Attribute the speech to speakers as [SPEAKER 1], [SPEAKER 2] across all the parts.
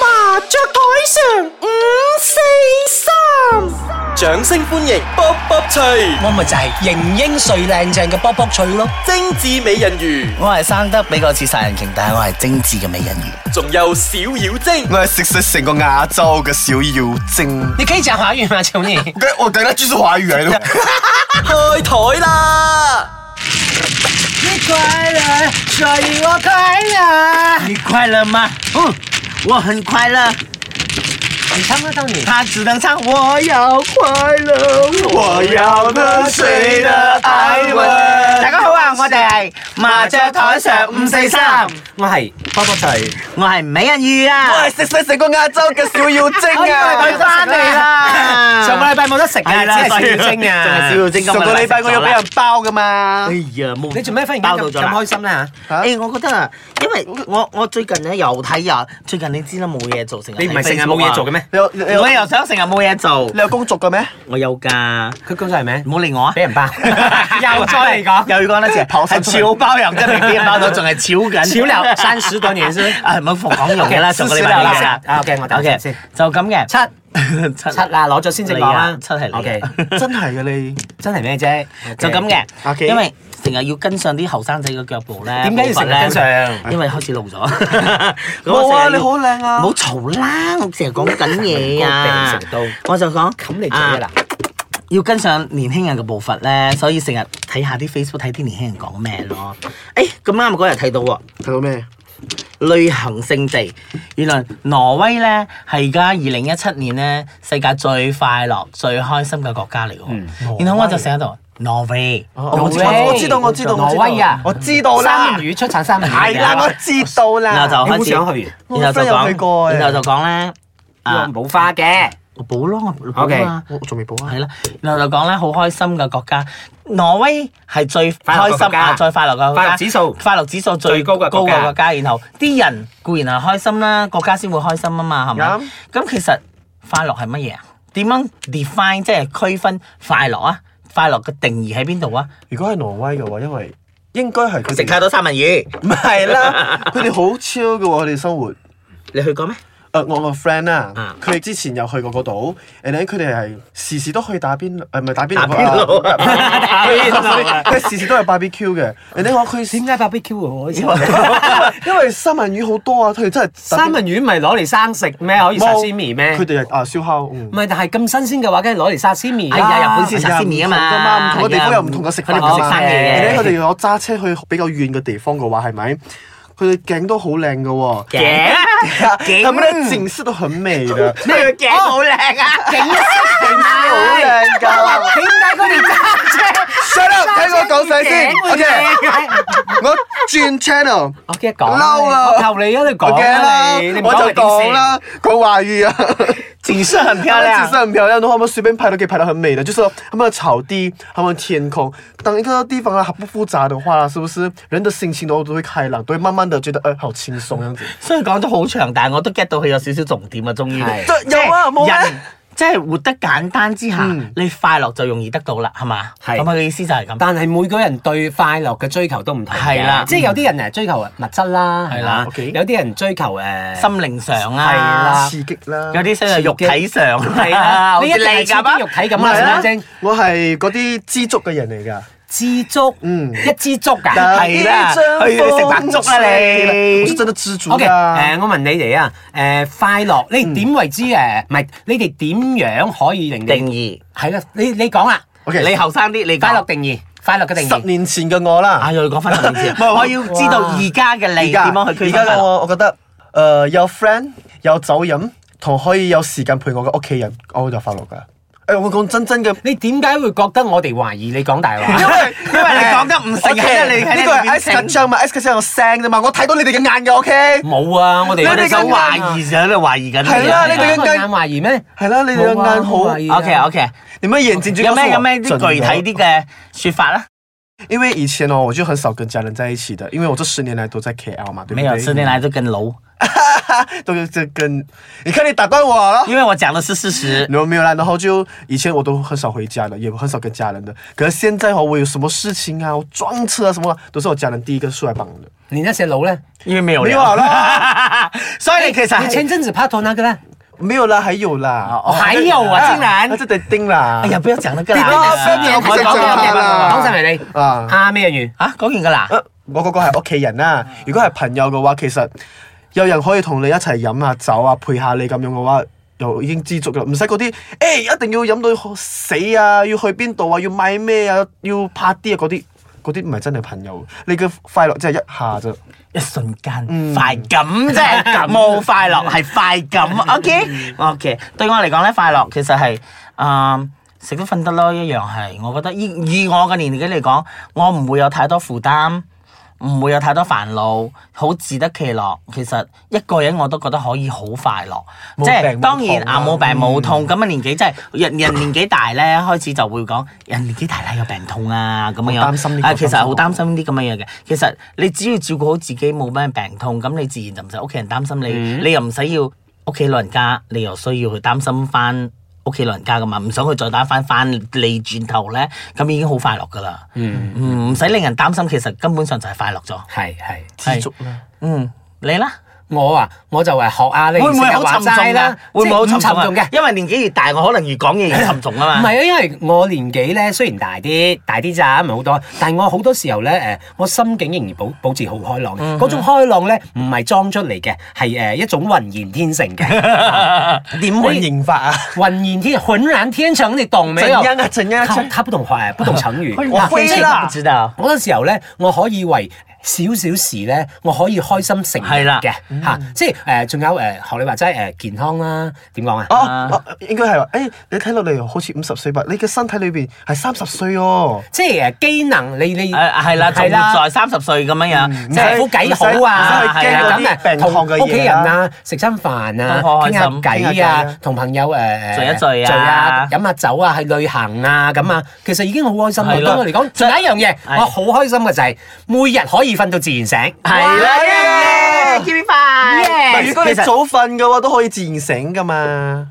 [SPEAKER 1] 麻雀台上五四三，掌聲歡迎卜卜脆，
[SPEAKER 2] 我咪就係型英帥靚正嘅卜卜脆咯，
[SPEAKER 1] 精緻美人魚，
[SPEAKER 2] 我係生得比較似殺人鯨，但係我係精緻嘅美人魚。
[SPEAKER 1] 仲有小妖精。
[SPEAKER 3] 我係食食成個亞洲嘅小妖精。
[SPEAKER 2] 你可以講華語嗎，求你？
[SPEAKER 3] 我我等下繼續華語嚟咯。
[SPEAKER 1] 開台啦！
[SPEAKER 2] 你快樂，所以我快樂。你快樂嗎？嗯，我很快樂。你唱得到你？他只能唱我要快樂，我要喝水的愛吻。大家好啊，我哋係麻雀台上五四三，我係波波齊，我係美人魚啊，
[SPEAKER 3] 我係食食成個亞洲嘅小妖精
[SPEAKER 2] 佢
[SPEAKER 3] 啊！
[SPEAKER 2] 翻嚟啦！上個禮拜冇得食啊，只係小妖精啊，仲係小妖精
[SPEAKER 3] 上個禮拜我要俾人包噶嘛。
[SPEAKER 2] 呀，冇！你做咩忽然間咁咁開心咧嚇？
[SPEAKER 4] 誒、我覺得啊，因為我我最近咧又睇啊，最近你知啦冇嘢做，成日
[SPEAKER 2] 你唔係
[SPEAKER 4] 睇
[SPEAKER 2] 成日
[SPEAKER 4] Facebook
[SPEAKER 2] 冇嘢
[SPEAKER 4] 啊
[SPEAKER 2] 做嘅？咩？
[SPEAKER 3] 你有你有
[SPEAKER 4] 我又想成日冇嘢做
[SPEAKER 3] 你，有工作嘅咩？
[SPEAKER 4] 我有㗎，
[SPEAKER 2] 佢講咗係咩
[SPEAKER 4] 唔？好理我啊！
[SPEAKER 2] 俾人 包，又再嚟講，
[SPEAKER 4] 又要講一次，
[SPEAKER 3] 跑
[SPEAKER 4] 係
[SPEAKER 3] 身出嚟
[SPEAKER 4] 潮包又唔知係咪俾人包咗，仲係潮緊。
[SPEAKER 2] 少聊三十多年先。
[SPEAKER 4] 啊，唔好講用嘅啦，上個禮拜
[SPEAKER 2] 少少
[SPEAKER 4] 嚟
[SPEAKER 2] 啦
[SPEAKER 4] 嘅啦。
[SPEAKER 2] 啊，OK，我打個
[SPEAKER 4] OK，
[SPEAKER 2] 先
[SPEAKER 4] 就咁嘅。
[SPEAKER 2] 七
[SPEAKER 4] 七
[SPEAKER 2] 七啊，攞咗先正講啦。
[SPEAKER 4] 你啊七係你啊
[SPEAKER 2] OK，
[SPEAKER 3] 真係嘅你，
[SPEAKER 2] 真係咩啫？
[SPEAKER 4] 就咁。嘅，
[SPEAKER 3] OK
[SPEAKER 4] 因為成日要跟上啲後生仔嘅腳步咧。
[SPEAKER 2] 點解要成日
[SPEAKER 4] 步伐呢
[SPEAKER 2] 跟上
[SPEAKER 4] 因為開 始老咗。
[SPEAKER 3] 冇
[SPEAKER 4] 我
[SPEAKER 3] 啊！
[SPEAKER 4] 成日要
[SPEAKER 3] 你好靚啊！
[SPEAKER 4] 冇嘈啦！我成日講緊 嘢啊
[SPEAKER 2] 高病成都，
[SPEAKER 4] 我就講
[SPEAKER 2] 冚你嘴啦！
[SPEAKER 4] 要跟上年輕人嘅步伐咧，所以成日睇下啲 Facebook 睇啲年輕人講咩咯。誒咁啱嗰日睇到喎，
[SPEAKER 3] 睇到咩？
[SPEAKER 4] 旅行勝地，原來挪威咧係而家二零一七年咧世界最快樂、最開心嘅國家嚟嘅喎。
[SPEAKER 3] 嗯
[SPEAKER 4] 然後我就寫喺度挪威，
[SPEAKER 3] 哦我知道，我知道，我知道，我
[SPEAKER 2] 挪
[SPEAKER 3] 知道
[SPEAKER 2] 威啊，
[SPEAKER 3] 我知道
[SPEAKER 2] 三
[SPEAKER 3] 啦
[SPEAKER 2] 文。魚出產三文魚。
[SPEAKER 3] 係啦，我知道啦。
[SPEAKER 4] 然後就開始，
[SPEAKER 2] 你好想去
[SPEAKER 3] 我
[SPEAKER 4] 然後
[SPEAKER 3] friend
[SPEAKER 4] 就
[SPEAKER 3] 有去
[SPEAKER 4] 講，
[SPEAKER 3] 過啊
[SPEAKER 4] 然後就講咧啊，
[SPEAKER 2] 冇花嘅。
[SPEAKER 4] 我補咯，我補啊嘛。
[SPEAKER 3] 我仲未補啊。
[SPEAKER 4] 係啦，然後就講咧，好開心嘅國家，挪威係最開
[SPEAKER 2] 快樂嘅國
[SPEAKER 4] 心
[SPEAKER 2] 家
[SPEAKER 4] 啊，最快樂嘅國家
[SPEAKER 2] 快樂指數
[SPEAKER 4] 快樂指數最
[SPEAKER 2] 最
[SPEAKER 4] 高
[SPEAKER 2] 高
[SPEAKER 4] 嘅
[SPEAKER 2] 嘅
[SPEAKER 4] 國
[SPEAKER 2] 國
[SPEAKER 4] 家。
[SPEAKER 2] 家
[SPEAKER 4] 然後啲人固然係開心啦，國家先會開心啊嘛，係咪？
[SPEAKER 3] 啱
[SPEAKER 4] 咁其實快樂係乜嘢啊？點樣 define 即係區分快樂啊？快樂嘅定義喺邊度啊？
[SPEAKER 3] 如果係挪威嘅話，因為應該係佢
[SPEAKER 4] 食
[SPEAKER 3] 哋
[SPEAKER 4] 太多三文魚，
[SPEAKER 3] 唔係啦，佢哋好超嘅喎，佢哋生活。
[SPEAKER 4] 你去過咩？
[SPEAKER 3] 誒、我個 friend 啊
[SPEAKER 4] 啊，
[SPEAKER 3] 佢哋之前有去過嗰度，and then 佢哋係時時都去打邊誒唔係打邊爐
[SPEAKER 4] 打邊爐
[SPEAKER 3] 啊
[SPEAKER 4] 啊 À,
[SPEAKER 3] 打邊爐啊佢哋時時都有 barbecue 嘅，and then 我佢
[SPEAKER 2] 點解 BBQ
[SPEAKER 3] 因為因為三文魚好多啊，佢哋真係打邊
[SPEAKER 2] 三文魚唔係攞嚟生食咩？可以沙司咪咩？
[SPEAKER 3] 佢哋係啊燒烤，嗯
[SPEAKER 2] 唔係，但係咁新鮮嘅話，梗係攞嚟沙司咪啦。
[SPEAKER 4] 哎呀，日本先食
[SPEAKER 3] 哎呀
[SPEAKER 4] 鮮面啊
[SPEAKER 3] 唔同㗎
[SPEAKER 4] 嘛，
[SPEAKER 3] 嘛唔同嘅地方
[SPEAKER 4] 係啊
[SPEAKER 3] 有唔同嘅食法
[SPEAKER 4] 佢哋唔食
[SPEAKER 3] 㗎嘛
[SPEAKER 4] 生嘢
[SPEAKER 3] 而且
[SPEAKER 4] 嘅
[SPEAKER 3] 佢。哋我揸車去比較遠嘅地方嘅話，係咪？佢哋頸都好靚嘅喎，
[SPEAKER 4] 頸
[SPEAKER 3] 佢們嘅景色都很美的，
[SPEAKER 4] 咩叫頸好靚啊？
[SPEAKER 2] 點解
[SPEAKER 3] 好靚㗎。
[SPEAKER 2] 佢哋揸車？
[SPEAKER 3] Shut up！睇我講晒先，OK，我轉 channel。
[SPEAKER 2] 我驚講
[SPEAKER 3] 嬲啊
[SPEAKER 2] 我求你啊！你
[SPEAKER 3] O
[SPEAKER 2] 講
[SPEAKER 3] K 啦
[SPEAKER 2] 啊你，你，唔
[SPEAKER 3] 我就
[SPEAKER 2] 講
[SPEAKER 3] 講啦，講華語啊，
[SPEAKER 4] 景色很漂
[SPEAKER 3] 它
[SPEAKER 4] 亮
[SPEAKER 3] 景色。很漂亮的话，我们随便拍都可以拍到很美的，就是他们的草地，他们的天空，当一个地方啊它不复杂的话，是不是人的心情都都会开朗，都会慢慢的觉得，呃，好轻松这样子。
[SPEAKER 4] 雖然講咗好長，但係我都 get 到佢有少少重點啊，終於
[SPEAKER 2] 係
[SPEAKER 3] 即係有啊冇咩嗯
[SPEAKER 4] 人即係活得簡單之下，你快樂就容易得到啦，係嘛？
[SPEAKER 2] 係
[SPEAKER 4] 咁啊，嘅意思就係咁。
[SPEAKER 2] 但係每個人對快樂嘅追求都唔同嘅
[SPEAKER 4] 係啦
[SPEAKER 2] 即係有啲人誒追求物質啦，
[SPEAKER 4] 係
[SPEAKER 2] 係
[SPEAKER 4] 啦
[SPEAKER 2] 啦
[SPEAKER 3] OK
[SPEAKER 2] 有啲人追求誒
[SPEAKER 4] 心靈上
[SPEAKER 2] 係
[SPEAKER 4] 啊
[SPEAKER 2] 啦，
[SPEAKER 3] 刺激啦，
[SPEAKER 4] 有啲需要肉體上啊
[SPEAKER 2] 係啦，
[SPEAKER 4] 好
[SPEAKER 2] 你
[SPEAKER 4] 似
[SPEAKER 2] 一定係
[SPEAKER 4] 咁啊
[SPEAKER 2] 似啲肉體
[SPEAKER 3] 唔
[SPEAKER 2] 咁
[SPEAKER 3] 係
[SPEAKER 2] 啦，
[SPEAKER 3] 啊
[SPEAKER 2] 小眼睛
[SPEAKER 3] 我係嗰啲知足嘅人嚟㗎。
[SPEAKER 2] 知足，
[SPEAKER 3] 嗯
[SPEAKER 2] 一知足㗎，
[SPEAKER 3] 但
[SPEAKER 4] 係啦
[SPEAKER 3] 一張
[SPEAKER 4] 去食白粥啦你
[SPEAKER 3] 風吹我是真的知足
[SPEAKER 2] O K，
[SPEAKER 3] 㗎。
[SPEAKER 2] 誒，我問你哋啊，誒，快樂，你點為之誒？唔係，你哋點樣可以令
[SPEAKER 4] 定
[SPEAKER 2] 你
[SPEAKER 4] 義。
[SPEAKER 2] 係啦？你你講啦，
[SPEAKER 3] OK，
[SPEAKER 4] 你後生啲，你講
[SPEAKER 2] 快樂。定義，快樂嘅定
[SPEAKER 3] 十
[SPEAKER 2] 義，
[SPEAKER 3] 年前嘅我啦
[SPEAKER 4] 啊，。又要講翻十年 前，
[SPEAKER 3] 唔係
[SPEAKER 4] 我要知道而家嘅
[SPEAKER 3] 而
[SPEAKER 4] 你點
[SPEAKER 3] 家
[SPEAKER 4] 樣去
[SPEAKER 3] 而
[SPEAKER 4] 區分
[SPEAKER 3] 家
[SPEAKER 4] 快啊
[SPEAKER 3] 嘅
[SPEAKER 4] 樂。
[SPEAKER 3] 我，我覺得誒、呃有 friend 有酒飲，同可以有時間陪我嘅屋企人，我就快樂㗎。誒、哎我講真真嘅，
[SPEAKER 2] 你點解會覺得我哋懷疑你講大
[SPEAKER 3] 因
[SPEAKER 2] 話？
[SPEAKER 3] 為因為
[SPEAKER 4] 你講得唔誠實啊你喺
[SPEAKER 3] 呢
[SPEAKER 4] 呢
[SPEAKER 3] 個係
[SPEAKER 4] 邊
[SPEAKER 3] S 緊張嘛，S 緊張我聲啫嘛，我睇到你哋嘅眼嘅，OK。
[SPEAKER 4] 嗯
[SPEAKER 2] 冇啊，我哋
[SPEAKER 3] 你哋
[SPEAKER 4] 就
[SPEAKER 3] 咁樣啊
[SPEAKER 4] 懷疑就喺度懷疑緊
[SPEAKER 3] 係啦你
[SPEAKER 4] 哋
[SPEAKER 3] 哋嘅
[SPEAKER 2] 你眼懷疑咩？
[SPEAKER 3] 係啦，你哋嘅眼好，
[SPEAKER 2] 冇啊
[SPEAKER 4] O K O K，
[SPEAKER 3] 你乜眼睛轉
[SPEAKER 4] 有咩有咩啲具體啲
[SPEAKER 3] 啲？
[SPEAKER 4] 嘅説法啦？啊
[SPEAKER 3] 因为以前哦，我就很少跟家人在一起的，因为我这十年来都在 KL 嘛，对不对？
[SPEAKER 4] 没有，十年来都跟楼，
[SPEAKER 3] 都是这跟，你看你打断我了。
[SPEAKER 4] 因为我讲的是事实。
[SPEAKER 3] 然后没有啦，然后就以前我都很少回家的，也很少跟家人的。可是现在哦，我有什么事情啊，我撞车啊什么，都是我家人第一个出来帮的。
[SPEAKER 2] 你那些楼呢？
[SPEAKER 4] 因为没有
[SPEAKER 3] 没有
[SPEAKER 4] 了
[SPEAKER 3] 啦，
[SPEAKER 4] 所以你其實
[SPEAKER 2] 你前
[SPEAKER 4] 係，
[SPEAKER 2] 阵子拍拖那个呢？
[SPEAKER 3] 没有啦，还有啦，
[SPEAKER 4] 哦还有啊竟然
[SPEAKER 3] 那就得定啦。
[SPEAKER 4] 哎呀，不要講啊得㗎啦，
[SPEAKER 3] 邊個邊個
[SPEAKER 4] 我講
[SPEAKER 3] 邊個
[SPEAKER 4] 嘅
[SPEAKER 3] 邊個
[SPEAKER 2] 講晒嚟你
[SPEAKER 3] 啊
[SPEAKER 2] 啊咩嘢？
[SPEAKER 4] 啊，講完㗎啦，
[SPEAKER 3] 呃我嗰個係屋企人啦、如果係朋友嘅話，其實有人可以同你一齊飲下酒啊，陪下你咁樣嘅話，又已經知足啦，唔使嗰啲欸誒一定要飲到死啊，要去邊度啊，要買咩啊，要拍啲啊嗰啲。嗰啲唔係真係朋友，你嘅快樂真係一下啫。
[SPEAKER 4] 一瞬間
[SPEAKER 3] 嗯
[SPEAKER 4] 快感 啫，冇快樂係快感，OK，OK。對我嚟講咧，快樂其實係誒食得瞓得咯，一樣係。我覺得以以我嘅年紀嚟講，我唔會有太多負擔。唔會有太多煩惱，好自得其樂。其實一個人我都覺得可以好快樂，
[SPEAKER 3] 冇
[SPEAKER 4] 即係
[SPEAKER 3] 病冇
[SPEAKER 4] 當然
[SPEAKER 3] 痛啊
[SPEAKER 4] 啊冇病冇痛咁嘅年紀，即係人人年紀大咧，開始就會講人年紀大啦有病痛啊咁樣
[SPEAKER 3] 好擔心呢個
[SPEAKER 4] 啊其實
[SPEAKER 3] 擔心
[SPEAKER 4] 好
[SPEAKER 3] 嗰個
[SPEAKER 4] 擔心啲咁嘅嘢嘅。其實你只要照顧好自己，冇咩病痛，咁你自然就唔使屋企人擔心你，你又唔使要屋企老人家，你又需要去擔心翻。屋企老人家噶嘛，唔想佢再打翻翻你轉頭咧，咁已經好快樂噶啦。嗯，唔使令人擔心，其實根本上就係快樂咗。
[SPEAKER 2] 係係。
[SPEAKER 4] 知足
[SPEAKER 3] 啦。
[SPEAKER 4] 嗯，你啦，
[SPEAKER 2] 我啊，我就係學阿你
[SPEAKER 4] 會唔會好
[SPEAKER 2] 成日話
[SPEAKER 4] 沉重
[SPEAKER 2] 齋
[SPEAKER 4] 㗎
[SPEAKER 2] 啦？？
[SPEAKER 4] 會唔會好
[SPEAKER 2] 即係唔
[SPEAKER 4] 沉重
[SPEAKER 2] 沉重
[SPEAKER 4] 啊
[SPEAKER 2] 嘅？？
[SPEAKER 4] 因為年紀越大，我可能越講嘢越沉重 啊
[SPEAKER 2] 唔
[SPEAKER 4] 嘛。
[SPEAKER 2] 係啊，因為我年紀咧雖然大啲，大啲咋，唔係好多，但係我好多時候咧，誒、我心境仍然保保持好開朗
[SPEAKER 4] 嗯
[SPEAKER 2] 嘅，嗰、種開朗咧唔係裝出嚟嘅，係誒、一種渾然天成 嘅，
[SPEAKER 3] 點
[SPEAKER 2] 可以
[SPEAKER 3] 形法啊？
[SPEAKER 2] 渾然天渾然天成，你懂沒
[SPEAKER 3] 怎
[SPEAKER 2] 有？
[SPEAKER 3] 樣啊？怎樣啊？
[SPEAKER 2] 他他不懂 話，不懂成語。
[SPEAKER 4] 我
[SPEAKER 3] 我
[SPEAKER 4] 非
[SPEAKER 3] 飛
[SPEAKER 4] 常
[SPEAKER 3] 啦
[SPEAKER 4] 知道。
[SPEAKER 2] 嗰個時候咧，我可以為少少事咧，我可以開心成
[SPEAKER 4] 係
[SPEAKER 2] 日
[SPEAKER 4] 啦嗯
[SPEAKER 2] 嘅嚇，即係誒，仲有誒學你話齋誒健康啦，點講啊？
[SPEAKER 3] 哦，哦應該係話，誒你睇落嚟好似五十歲吧？你嘅身體裏邊係三十歲哦。
[SPEAKER 2] 即係誒機能，你你
[SPEAKER 4] 誒係啦，仲活在三十歲咁樣樣，
[SPEAKER 2] 即
[SPEAKER 4] 即
[SPEAKER 2] 係
[SPEAKER 4] 係
[SPEAKER 2] 好計好啊，
[SPEAKER 4] 唔使唔使
[SPEAKER 2] 係
[SPEAKER 4] 去
[SPEAKER 2] 啊
[SPEAKER 3] 驚嗰啲
[SPEAKER 2] 咁誒
[SPEAKER 3] 病痛嘅
[SPEAKER 2] 同
[SPEAKER 3] 嘢啊
[SPEAKER 2] 屋企人啊，食餐飯啊，
[SPEAKER 4] 都好
[SPEAKER 2] 傾
[SPEAKER 4] 開心
[SPEAKER 2] 下
[SPEAKER 3] 傾
[SPEAKER 2] 偈
[SPEAKER 3] 下偈
[SPEAKER 2] 啊
[SPEAKER 3] 啊，
[SPEAKER 2] 同朋友誒
[SPEAKER 4] 聚一聚啊
[SPEAKER 2] 飲下酒啊，去旅行啊咁啊，其實已經好開心啦。
[SPEAKER 4] 係咯
[SPEAKER 2] 對我嚟講，仲有一樣嘢，
[SPEAKER 4] 係
[SPEAKER 2] 我好開心嘅就係每日可以瞓到自然醒。
[SPEAKER 4] 係啦
[SPEAKER 3] 哇
[SPEAKER 4] ，keep me fine。
[SPEAKER 3] 但如果你
[SPEAKER 4] 其實
[SPEAKER 3] 早瞓嘅話，都可以自然醒噶嘛。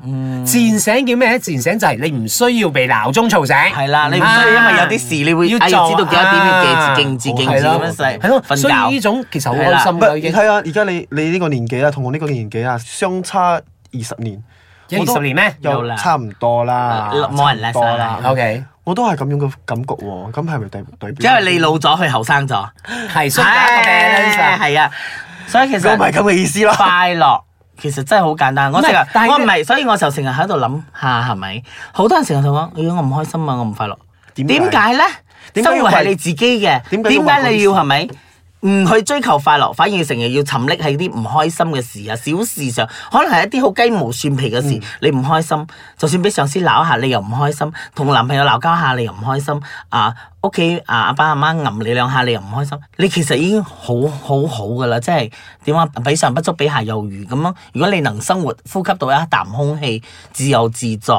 [SPEAKER 2] 自然醒叫咩咧？自然醒就係你唔需要被鬧鐘嘈醒。
[SPEAKER 4] 係啦，你唔需要因為有啲事，你會
[SPEAKER 2] 要
[SPEAKER 4] 哎呀
[SPEAKER 2] 做
[SPEAKER 4] 知道幾多點要記住、記住、記
[SPEAKER 2] 係
[SPEAKER 4] 住
[SPEAKER 2] 咯
[SPEAKER 4] 咁樣細
[SPEAKER 2] 係咯，所以呢
[SPEAKER 4] 瞓覺。
[SPEAKER 2] 種其實好開心
[SPEAKER 3] 唔
[SPEAKER 2] 㗎已
[SPEAKER 3] 係，你
[SPEAKER 2] 經。
[SPEAKER 3] 睇下而家你你呢個年紀啊，同我呢個年紀啊，相差二十年，
[SPEAKER 2] 有
[SPEAKER 3] 我都
[SPEAKER 2] 20年咩
[SPEAKER 4] 有啦呃
[SPEAKER 3] 又差唔多啦，
[SPEAKER 4] 冇人
[SPEAKER 3] 差唔多
[SPEAKER 4] less
[SPEAKER 3] 啦。
[SPEAKER 2] OK，
[SPEAKER 3] 我都係咁樣嘅感覺喎，咁係咪對對比？
[SPEAKER 4] 因為你老咗，佢後生咗，
[SPEAKER 2] 係需要有一個 balance 啊
[SPEAKER 4] 係啊，所以其
[SPEAKER 3] 我唔
[SPEAKER 4] 實
[SPEAKER 3] 係咁嘅意思啦。
[SPEAKER 4] 快樂其實真係好簡單。我
[SPEAKER 2] 唔係
[SPEAKER 4] 成日
[SPEAKER 2] 但係
[SPEAKER 4] 我唔係，所以我就成日喺度諗下係咪？好多人成日同我講：，哎呀，我唔開心啊，我唔快樂。
[SPEAKER 3] 點解
[SPEAKER 4] 點解咧？
[SPEAKER 3] 點解
[SPEAKER 4] 生
[SPEAKER 3] 要
[SPEAKER 4] 活係
[SPEAKER 3] 為
[SPEAKER 4] 你自己嘅，點
[SPEAKER 3] 點解要為
[SPEAKER 4] 解你要
[SPEAKER 3] 嗰啲事
[SPEAKER 4] 係咪？唔去追求快樂，反而成日要沉溺喺啲唔開心嘅事啊、小事上，可能係一啲好雞毛蒜皮嘅事，你唔開心，就算俾上司鬧一下，你又唔開心；同男朋友鬧交下，你又唔開心；啊，屋企啊阿爸阿媽揞你兩下，你又唔開心。你其實已經好好好噶啦，即係點啊？比上不足，比下有餘咁樣。如果你能生活呼吸到一啖空氣，自由自在，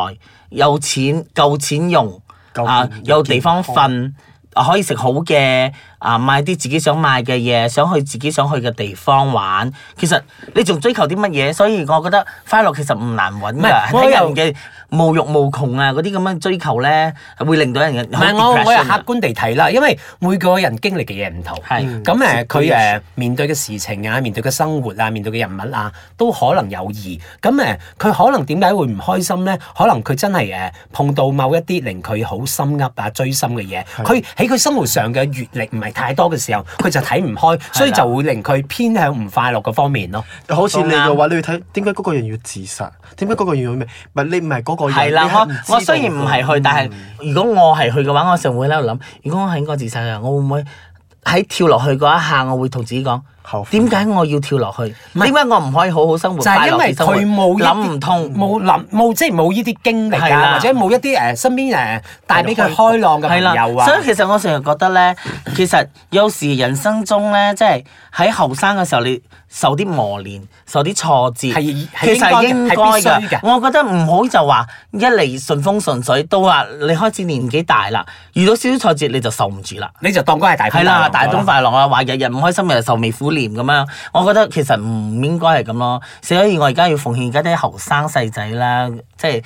[SPEAKER 4] 有錢夠錢用。
[SPEAKER 3] 夠
[SPEAKER 4] 啊
[SPEAKER 3] 健，
[SPEAKER 4] 有地方瞓，啊可以食好嘅，啊買啲自己想買嘅嘢，想去自己想去嘅地方玩。其實你仲追求啲乜嘢？所以我覺得快樂其實唔難揾
[SPEAKER 2] 唔係
[SPEAKER 4] 㗎，
[SPEAKER 2] 我
[SPEAKER 4] 睇
[SPEAKER 2] 又
[SPEAKER 4] 人嘅無欲無窮啊，嗰啲咁樣追求咧，會令到人嘅
[SPEAKER 2] 唔係我我又客
[SPEAKER 4] 黑
[SPEAKER 2] 觀地睇啦，因為每個人經歷嘅嘢唔同，嗯
[SPEAKER 4] 係
[SPEAKER 2] 咁誒佢誒面對嘅事情啊，面對嘅生活啊，面對嘅人物啊，都可能有異。咁誒佢可能點解會唔開心咧？可能佢真係誒碰到某一啲令佢好心噏啊、追心嘅嘢，佢喺佢生活上嘅閲歷唔係太多嘅時候，佢就睇唔開，所以就會令佢偏向唔快樂嘅方面咯。
[SPEAKER 3] 好似你嘅話，你要睇點解嗰個人要自殺，點解嗰個人要咩？唔係你唔係嗰個人。
[SPEAKER 4] 係啦
[SPEAKER 3] 你，係唔知道嗯
[SPEAKER 4] 我我雖然唔係去，
[SPEAKER 2] 嗯
[SPEAKER 4] 但係如果我係去嘅話，我就會喺度諗，如果我係應該自殺嘅，我會唔會喺跳落去嗰一下，我會同自己講，
[SPEAKER 3] 後悔
[SPEAKER 4] 點解我要跳落去？點解我唔可以好好生活？
[SPEAKER 2] 就係
[SPEAKER 4] 快
[SPEAKER 2] 因
[SPEAKER 4] 樂
[SPEAKER 2] 為
[SPEAKER 4] 地生活
[SPEAKER 2] 佢冇呢
[SPEAKER 4] 諗
[SPEAKER 2] 啲
[SPEAKER 4] 唔通，
[SPEAKER 2] 冇諗冇即係冇呢啲經歷
[SPEAKER 4] 係
[SPEAKER 2] 啊，
[SPEAKER 4] 啦
[SPEAKER 2] 或者冇一啲誒身邊誒帶俾佢開朗嘅朋
[SPEAKER 4] 係啦
[SPEAKER 2] 友啊
[SPEAKER 4] 所。以其實我成日覺得咧，其實有時人生中咧，即係喺後生嘅時候，你受啲磨練、受啲挫折，
[SPEAKER 2] 係係
[SPEAKER 4] 其實係
[SPEAKER 2] 應
[SPEAKER 4] 應
[SPEAKER 2] 該
[SPEAKER 4] 該
[SPEAKER 2] 嘅係必須
[SPEAKER 4] 嘅
[SPEAKER 2] 嘅。
[SPEAKER 4] 我覺得唔好就話一嚟順風順水，到話你開始年紀大啦，遇到少少挫折你就受唔住啦。
[SPEAKER 2] 你就當嗰係大風
[SPEAKER 4] 係啦，大
[SPEAKER 2] 東
[SPEAKER 4] 東快樂啊，話日日唔開心，日日愁眉苦臉咁樣。我覺得其實唔應該係咁咯，所以我而家要奉勸而家啲後生細仔啦，即係。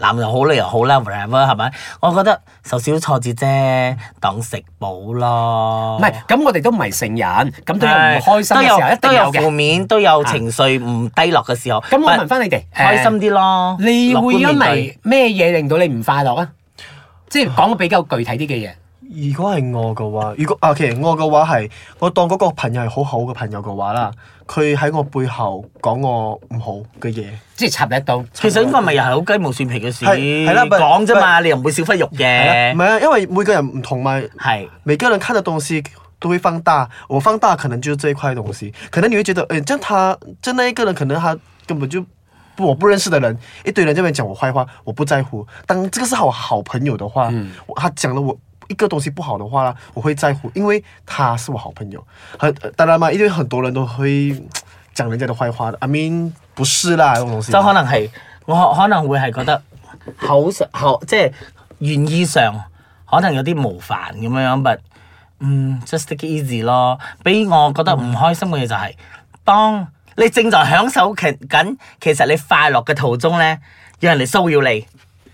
[SPEAKER 4] 男又好，女又好啦，whatever 係咪？我覺得受少挫折啫，當食補咯。
[SPEAKER 2] 唔係，咁我哋都唔係成人，咁都有唔
[SPEAKER 4] 係
[SPEAKER 2] 開心嘅時候，一
[SPEAKER 4] 都
[SPEAKER 2] 定有
[SPEAKER 4] 有負
[SPEAKER 2] 嘅。啊
[SPEAKER 4] 面，都有情緒唔低落嘅時候。
[SPEAKER 2] 咁我問翻你哋，
[SPEAKER 4] 開心啲咯，
[SPEAKER 2] 誒你會
[SPEAKER 4] 樂觀
[SPEAKER 2] 因
[SPEAKER 4] 面
[SPEAKER 2] 為咩嘢令到你唔快樂啊？即係講個比較具體啲嘅嘢。
[SPEAKER 3] 如果係我嘅話，如果啊，其實我嘅話係，我當嗰個朋友係好好嘅朋友嘅話啦，佢喺我背後講我唔好嘅嘢，
[SPEAKER 2] 即係插你一刀，
[SPEAKER 4] 對。其實應該咪又係好雞毛蒜皮嘅事，
[SPEAKER 3] 係係啦不
[SPEAKER 4] 講啫嘛，你又唔會少忽肉
[SPEAKER 3] 係啦
[SPEAKER 4] 嘅
[SPEAKER 3] 唔，係啊，因為每個人唔同咪。
[SPEAKER 4] 係。
[SPEAKER 3] 每个人看的东西都会放大，我放大可能就是这一块东西，可能你会觉得，哎，这样他，这那一个人可能他根本就不我不认识的人，一堆人这边讲我坏话，我不在乎。当这个是我好朋友的话，我他讲了我。一个东西不好的话，我会在乎，因为他是我好朋友。很当然嘛，因为很多人都会讲人家的坏话的。I mean，不是啦，这种东西。
[SPEAKER 4] 就可能係我可能會係覺得口上口即係原意上可能有啲無煩咁樣樣，but 嗯 just take it easy 咯。俾我覺得唔開心嘅嘢就係、當你正在享受其緊，其實你快樂嘅途中咧，有人嚟騷擾你。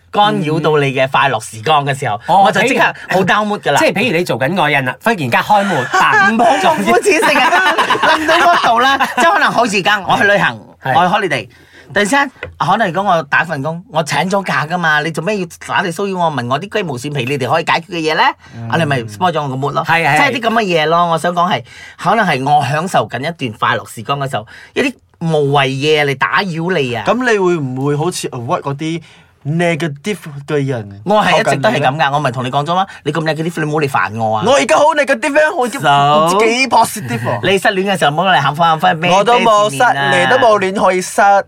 [SPEAKER 4] 干擾到你嘅快樂時光嘅時候，
[SPEAKER 2] 哦
[SPEAKER 4] 我就即刻好 down mood 噶啦。
[SPEAKER 2] 即係譬如你做緊愛人啦，忽然間開 門，嗱
[SPEAKER 4] 唔好 咁膚淺成日諗到嗰度啦，即係可能好似而家我去旅行，我
[SPEAKER 2] 係
[SPEAKER 4] 去 holiday。突然間，可能如果我打份工，我請咗假噶嘛，你做咩要打嚟騷擾我？問我啲雞毛蒜皮，你哋可以解決嘅嘢咧，啊你咪 spoil 咗我個 mood 咯，
[SPEAKER 2] 係係係
[SPEAKER 4] 即係啲咁嘅嘢咯。我想講係，可能係我享受緊一段快樂時光嘅時候，一啲無謂嘢嚟打擾你啊。
[SPEAKER 3] 咁你会唔会好似 avoid 嗰啲 negative 嘅人？
[SPEAKER 4] 我係一直都係咁。噶，我咪同你講咗啦，你咁靚嗰啲，你唔好嚟煩我啊。
[SPEAKER 3] 我而家好 negative 啊，我已經唔知
[SPEAKER 4] So？
[SPEAKER 3] 幾 positive 啊
[SPEAKER 4] 你失戀嘅時候唔好嚟喊翻喊翻咩？
[SPEAKER 3] 我都冇失，你都冇。戀可以失。
[SPEAKER 2] 係啊，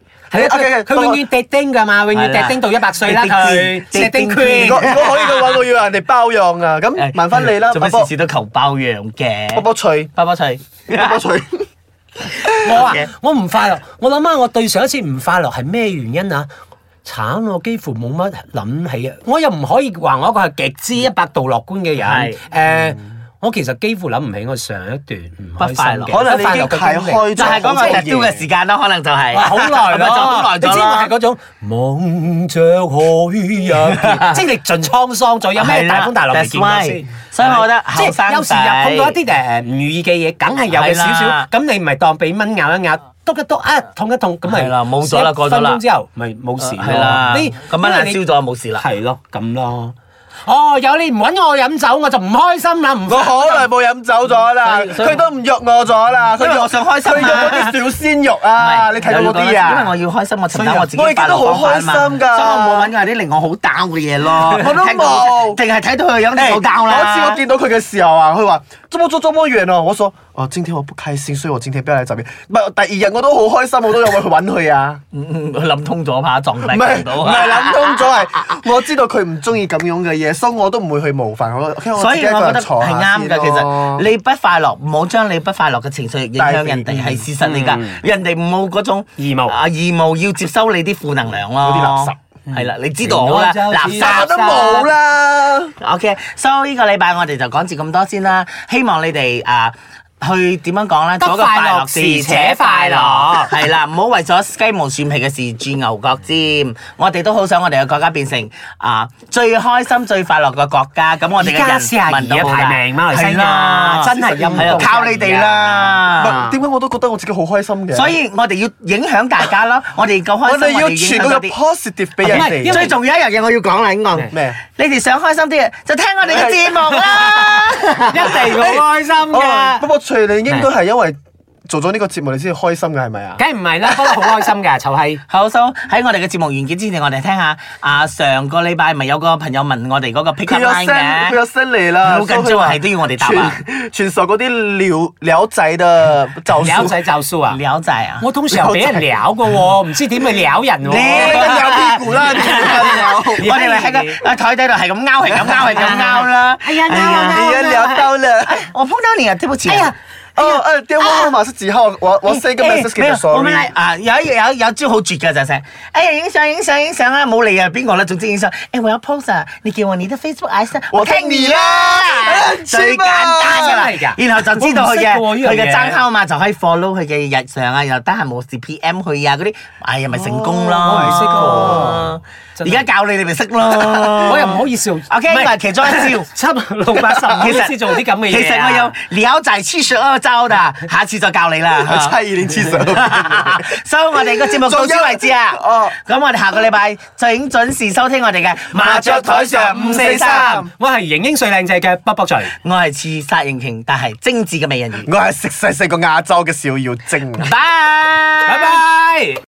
[SPEAKER 2] 佢
[SPEAKER 3] OK，OK，
[SPEAKER 2] 佢永遠跌丁㗎嘛，永遠
[SPEAKER 4] 係
[SPEAKER 2] 跌
[SPEAKER 4] 啦
[SPEAKER 2] 丁到一百歲啦
[SPEAKER 4] 跌丁
[SPEAKER 2] 佢，
[SPEAKER 4] 跌
[SPEAKER 2] 跌丁
[SPEAKER 4] 丁
[SPEAKER 2] queen
[SPEAKER 3] 如果如果可以嘅話，我要人哋包養 啊。咁
[SPEAKER 4] 誒
[SPEAKER 3] 問翻你啦，
[SPEAKER 4] 做
[SPEAKER 3] 波
[SPEAKER 4] 咩
[SPEAKER 3] 波
[SPEAKER 4] 事事都求包養嘅？
[SPEAKER 3] 波波脆，
[SPEAKER 4] 包包脆，
[SPEAKER 3] 波波脆。
[SPEAKER 2] 我啊
[SPEAKER 4] Okay，
[SPEAKER 2] 我唔快樂。我諗下我對上一次唔快樂係咩原因啊？慘，我幾乎冇乜諗起啊！我又唔可以話我一個係極之一百度樂觀嘅人
[SPEAKER 4] 係。
[SPEAKER 2] 誒，我其實幾乎諗唔起我上一段唔開心嘅
[SPEAKER 4] 不
[SPEAKER 3] 可能你已
[SPEAKER 2] 不快樂嘅
[SPEAKER 3] 經排
[SPEAKER 2] 經歷
[SPEAKER 3] 開
[SPEAKER 4] 就係
[SPEAKER 3] 咗
[SPEAKER 4] 講個
[SPEAKER 3] 好多
[SPEAKER 4] 日雕嘅
[SPEAKER 3] 嘢
[SPEAKER 4] 時間咯，可能就係
[SPEAKER 2] 哇好耐
[SPEAKER 4] 咪就 好
[SPEAKER 2] 咯，
[SPEAKER 4] 耐
[SPEAKER 2] 你知
[SPEAKER 4] 咗
[SPEAKER 2] 我
[SPEAKER 4] 啦
[SPEAKER 2] 係。嗰種望着海入， 即係歷盡滄桑咗，有咩大風大浪未見過
[SPEAKER 4] That's
[SPEAKER 2] 先
[SPEAKER 4] why，？所以我覺得
[SPEAKER 2] 即係
[SPEAKER 4] 後生仔
[SPEAKER 2] 有時又碰到一啲誒唔如意嘅嘢，梗係有嘅
[SPEAKER 4] 係
[SPEAKER 2] 少
[SPEAKER 4] 啦
[SPEAKER 2] 少，咁你咪當俾蚊咬一咬，篤一篤啊，痛一痛，咁咪
[SPEAKER 4] 係啦冇咗啦
[SPEAKER 2] 一
[SPEAKER 4] 過咗啦
[SPEAKER 2] 分鐘之後咪冇事咯
[SPEAKER 4] 係啦
[SPEAKER 2] 你
[SPEAKER 4] 咁蚊
[SPEAKER 2] 因為
[SPEAKER 4] 眼
[SPEAKER 2] 你
[SPEAKER 4] 燒咗冇事啦
[SPEAKER 2] 係咯，咁咯。哦，有你唔揾我飲酒，我就唔開心啦，唔
[SPEAKER 3] 我好耐冇飲酒咗啦，
[SPEAKER 4] 所以所以
[SPEAKER 3] 佢都唔約我咗啦。
[SPEAKER 4] 因為我想開心
[SPEAKER 3] 佢
[SPEAKER 4] 嘛
[SPEAKER 3] 約嗰啲小鮮肉
[SPEAKER 4] 唔
[SPEAKER 3] 啊，
[SPEAKER 4] 係
[SPEAKER 3] 你睇到嗰啲
[SPEAKER 4] 因為我
[SPEAKER 3] 啊？
[SPEAKER 4] 要開心，我尋找我自己
[SPEAKER 3] 所以我而家
[SPEAKER 4] 快
[SPEAKER 3] 都
[SPEAKER 4] 樂
[SPEAKER 3] 好開
[SPEAKER 4] 方
[SPEAKER 3] 心
[SPEAKER 4] 法嘛。
[SPEAKER 3] 㗎
[SPEAKER 4] 所以我冇揾佢啲令我好 down 嘅嘢咯。
[SPEAKER 3] 我都冇
[SPEAKER 4] 聽到淨係睇到佢有
[SPEAKER 3] 哎
[SPEAKER 4] 啲好 down
[SPEAKER 3] 我次我
[SPEAKER 4] 啦。
[SPEAKER 3] 見到佢嘅時候啊，佢話做乜做做乜遠啊？我說哦，今天我不開心，所以我今天不要嚟這邊。唔係第二日我都好開心，我都有去揾佢啊。
[SPEAKER 4] 嗯嗯佢諗通咗怕撞
[SPEAKER 3] 唔
[SPEAKER 4] 壁
[SPEAKER 3] 係
[SPEAKER 4] 撞
[SPEAKER 3] 唔
[SPEAKER 4] 到。
[SPEAKER 3] 係諗通咗係，我知道佢唔中意咁樣嘅嘢，所以我都唔會去冒犯我。OK，
[SPEAKER 4] 所以
[SPEAKER 3] 自己一
[SPEAKER 4] 我覺
[SPEAKER 3] 個
[SPEAKER 4] 得
[SPEAKER 3] 人坐
[SPEAKER 4] 係
[SPEAKER 3] 下
[SPEAKER 4] 啱
[SPEAKER 3] 先
[SPEAKER 4] 嘅，
[SPEAKER 3] 咯
[SPEAKER 4] 其實你不快樂，唔好將你不快樂嘅情緒影響人哋，係事實嚟㗎。
[SPEAKER 3] 嗯
[SPEAKER 4] 人哋冇嗰種
[SPEAKER 2] 義務
[SPEAKER 4] 啊義務要接收你啲負能量咯，
[SPEAKER 3] 嗰啲垃圾。
[SPEAKER 4] 係啦，你知道好啦，
[SPEAKER 2] 原來就
[SPEAKER 4] 垃
[SPEAKER 2] 是
[SPEAKER 4] 圾
[SPEAKER 3] 我都冇啦。
[SPEAKER 4] OK，所以呢個禮拜我哋就講住咁多先啦。希望你哋啊去點樣講咧？
[SPEAKER 2] 得
[SPEAKER 4] 做一個
[SPEAKER 2] 快
[SPEAKER 4] 快
[SPEAKER 2] 樂
[SPEAKER 4] 樂
[SPEAKER 2] 時
[SPEAKER 4] 事
[SPEAKER 2] 且
[SPEAKER 4] 且
[SPEAKER 2] 快
[SPEAKER 4] 快
[SPEAKER 2] 樂
[SPEAKER 4] 樂， 係啦，唔好為咗雞毛蒜皮嘅事鑽牛角尖。我哋都好想我哋嘅國家變成啊最開心、最快樂嘅國家。咁我哋
[SPEAKER 2] 而
[SPEAKER 4] 嘅
[SPEAKER 2] 家
[SPEAKER 4] 人
[SPEAKER 2] 四十二
[SPEAKER 4] 民都
[SPEAKER 2] 啊
[SPEAKER 4] 好啦
[SPEAKER 2] 排名馬來西亞
[SPEAKER 4] 係啦
[SPEAKER 2] 真係陰公
[SPEAKER 4] 係啊靠你哋啦
[SPEAKER 3] 唔係。點解我都覺得我自己好開心嘅？
[SPEAKER 4] 啊所以我哋要影響 大家咯，我哋夠開
[SPEAKER 3] 我
[SPEAKER 4] 心，
[SPEAKER 3] 哋要
[SPEAKER 4] 影
[SPEAKER 3] 傳
[SPEAKER 4] 響
[SPEAKER 3] 嗰
[SPEAKER 4] 多
[SPEAKER 3] 個
[SPEAKER 4] 啲。
[SPEAKER 3] positive 俾人
[SPEAKER 2] 唔係因
[SPEAKER 3] 哋。
[SPEAKER 4] 最重要一樣嘢我要講啦，英文
[SPEAKER 3] 咩？
[SPEAKER 4] 你哋想開心啲嘅，就聽我哋嘅節目啦。
[SPEAKER 2] 一定好開心
[SPEAKER 3] 哦
[SPEAKER 2] 㗎
[SPEAKER 4] 啊
[SPEAKER 3] 不。過翠你應該係因為做咗呢個節目，你先至開心嘅係咪啊？
[SPEAKER 2] 梗唔係啦，不嬲好開心㗎，臭閪。
[SPEAKER 4] 好，so 喺我哋嘅節目完結之前，我哋聽下啊上個禮拜咪有個朋友問我哋嗰個 pick
[SPEAKER 3] 佢
[SPEAKER 4] up
[SPEAKER 3] 有
[SPEAKER 4] line
[SPEAKER 3] 聲，佢有
[SPEAKER 4] 嘅，
[SPEAKER 3] 聲嚟啦，
[SPEAKER 4] 好緊張啊
[SPEAKER 3] 所以佢話
[SPEAKER 4] 係都要我哋答啊
[SPEAKER 3] 傳傳授嗰啲撩撩仔嘅就
[SPEAKER 2] 撩仔就數啊！
[SPEAKER 4] 了仔啊，
[SPEAKER 2] 我通常俾人撩嘅喎， 唔知點去撩人喎。
[SPEAKER 3] 撩有屁股啦，你撩
[SPEAKER 4] 我哋咪喺個啊台底度係咁勾，係咁勾，係咁勾啦。
[SPEAKER 2] 哎呀勾啊勾
[SPEAKER 3] 你一撩到了。
[SPEAKER 4] 我碰到你啊，對不起啊。
[SPEAKER 2] 哎呀
[SPEAKER 3] 哦，呃，電話號碼是幾號？我我 send 個 message
[SPEAKER 4] 哎
[SPEAKER 3] 給
[SPEAKER 4] 哎
[SPEAKER 3] 你
[SPEAKER 4] 我咪
[SPEAKER 3] ，sorry。
[SPEAKER 4] 啊有一有有招好絕㗎就係，哎呀影相影相影相啊，冇理啊邊個啦，總之影相。哎我有 post 啊，你叫我你的 Facebook 啊 I
[SPEAKER 3] 我聽你啦
[SPEAKER 4] 最簡單㗎
[SPEAKER 2] 真係㗎
[SPEAKER 4] 啦。然後就知道佢嘅
[SPEAKER 2] 我唔識喎呢樣嘢
[SPEAKER 4] 佢嘅爭烤嘛，就可以 follow 佢嘅日常啊，又得閒冇事 PM 佢啊嗰啲，哎呀咪成功咯。
[SPEAKER 2] 哦我唔識喎
[SPEAKER 4] 而家教你你咪識 咯。
[SPEAKER 2] 我
[SPEAKER 4] 我
[SPEAKER 2] 又唔好意思。
[SPEAKER 4] OK，呢個係其中一招。
[SPEAKER 2] 七六八十五先做啲咁嘅嘢啊
[SPEAKER 4] 其實我有了解七十二招的，啊下次就教你 啦。
[SPEAKER 3] 差二零七十。
[SPEAKER 4] 所以我哋個節目到此為止啊！
[SPEAKER 3] 哦
[SPEAKER 4] 咁我哋下個禮拜請準時收聽我哋嘅麻雀台上五四三，
[SPEAKER 2] 我係型英帥靚仔嘅卜卜嘴。
[SPEAKER 4] 我係刺殺刑瓊，但係精緻嘅美人魚。
[SPEAKER 3] 啊我係食細細個亞洲嘅小妖精。
[SPEAKER 4] 拜
[SPEAKER 2] 拜拜。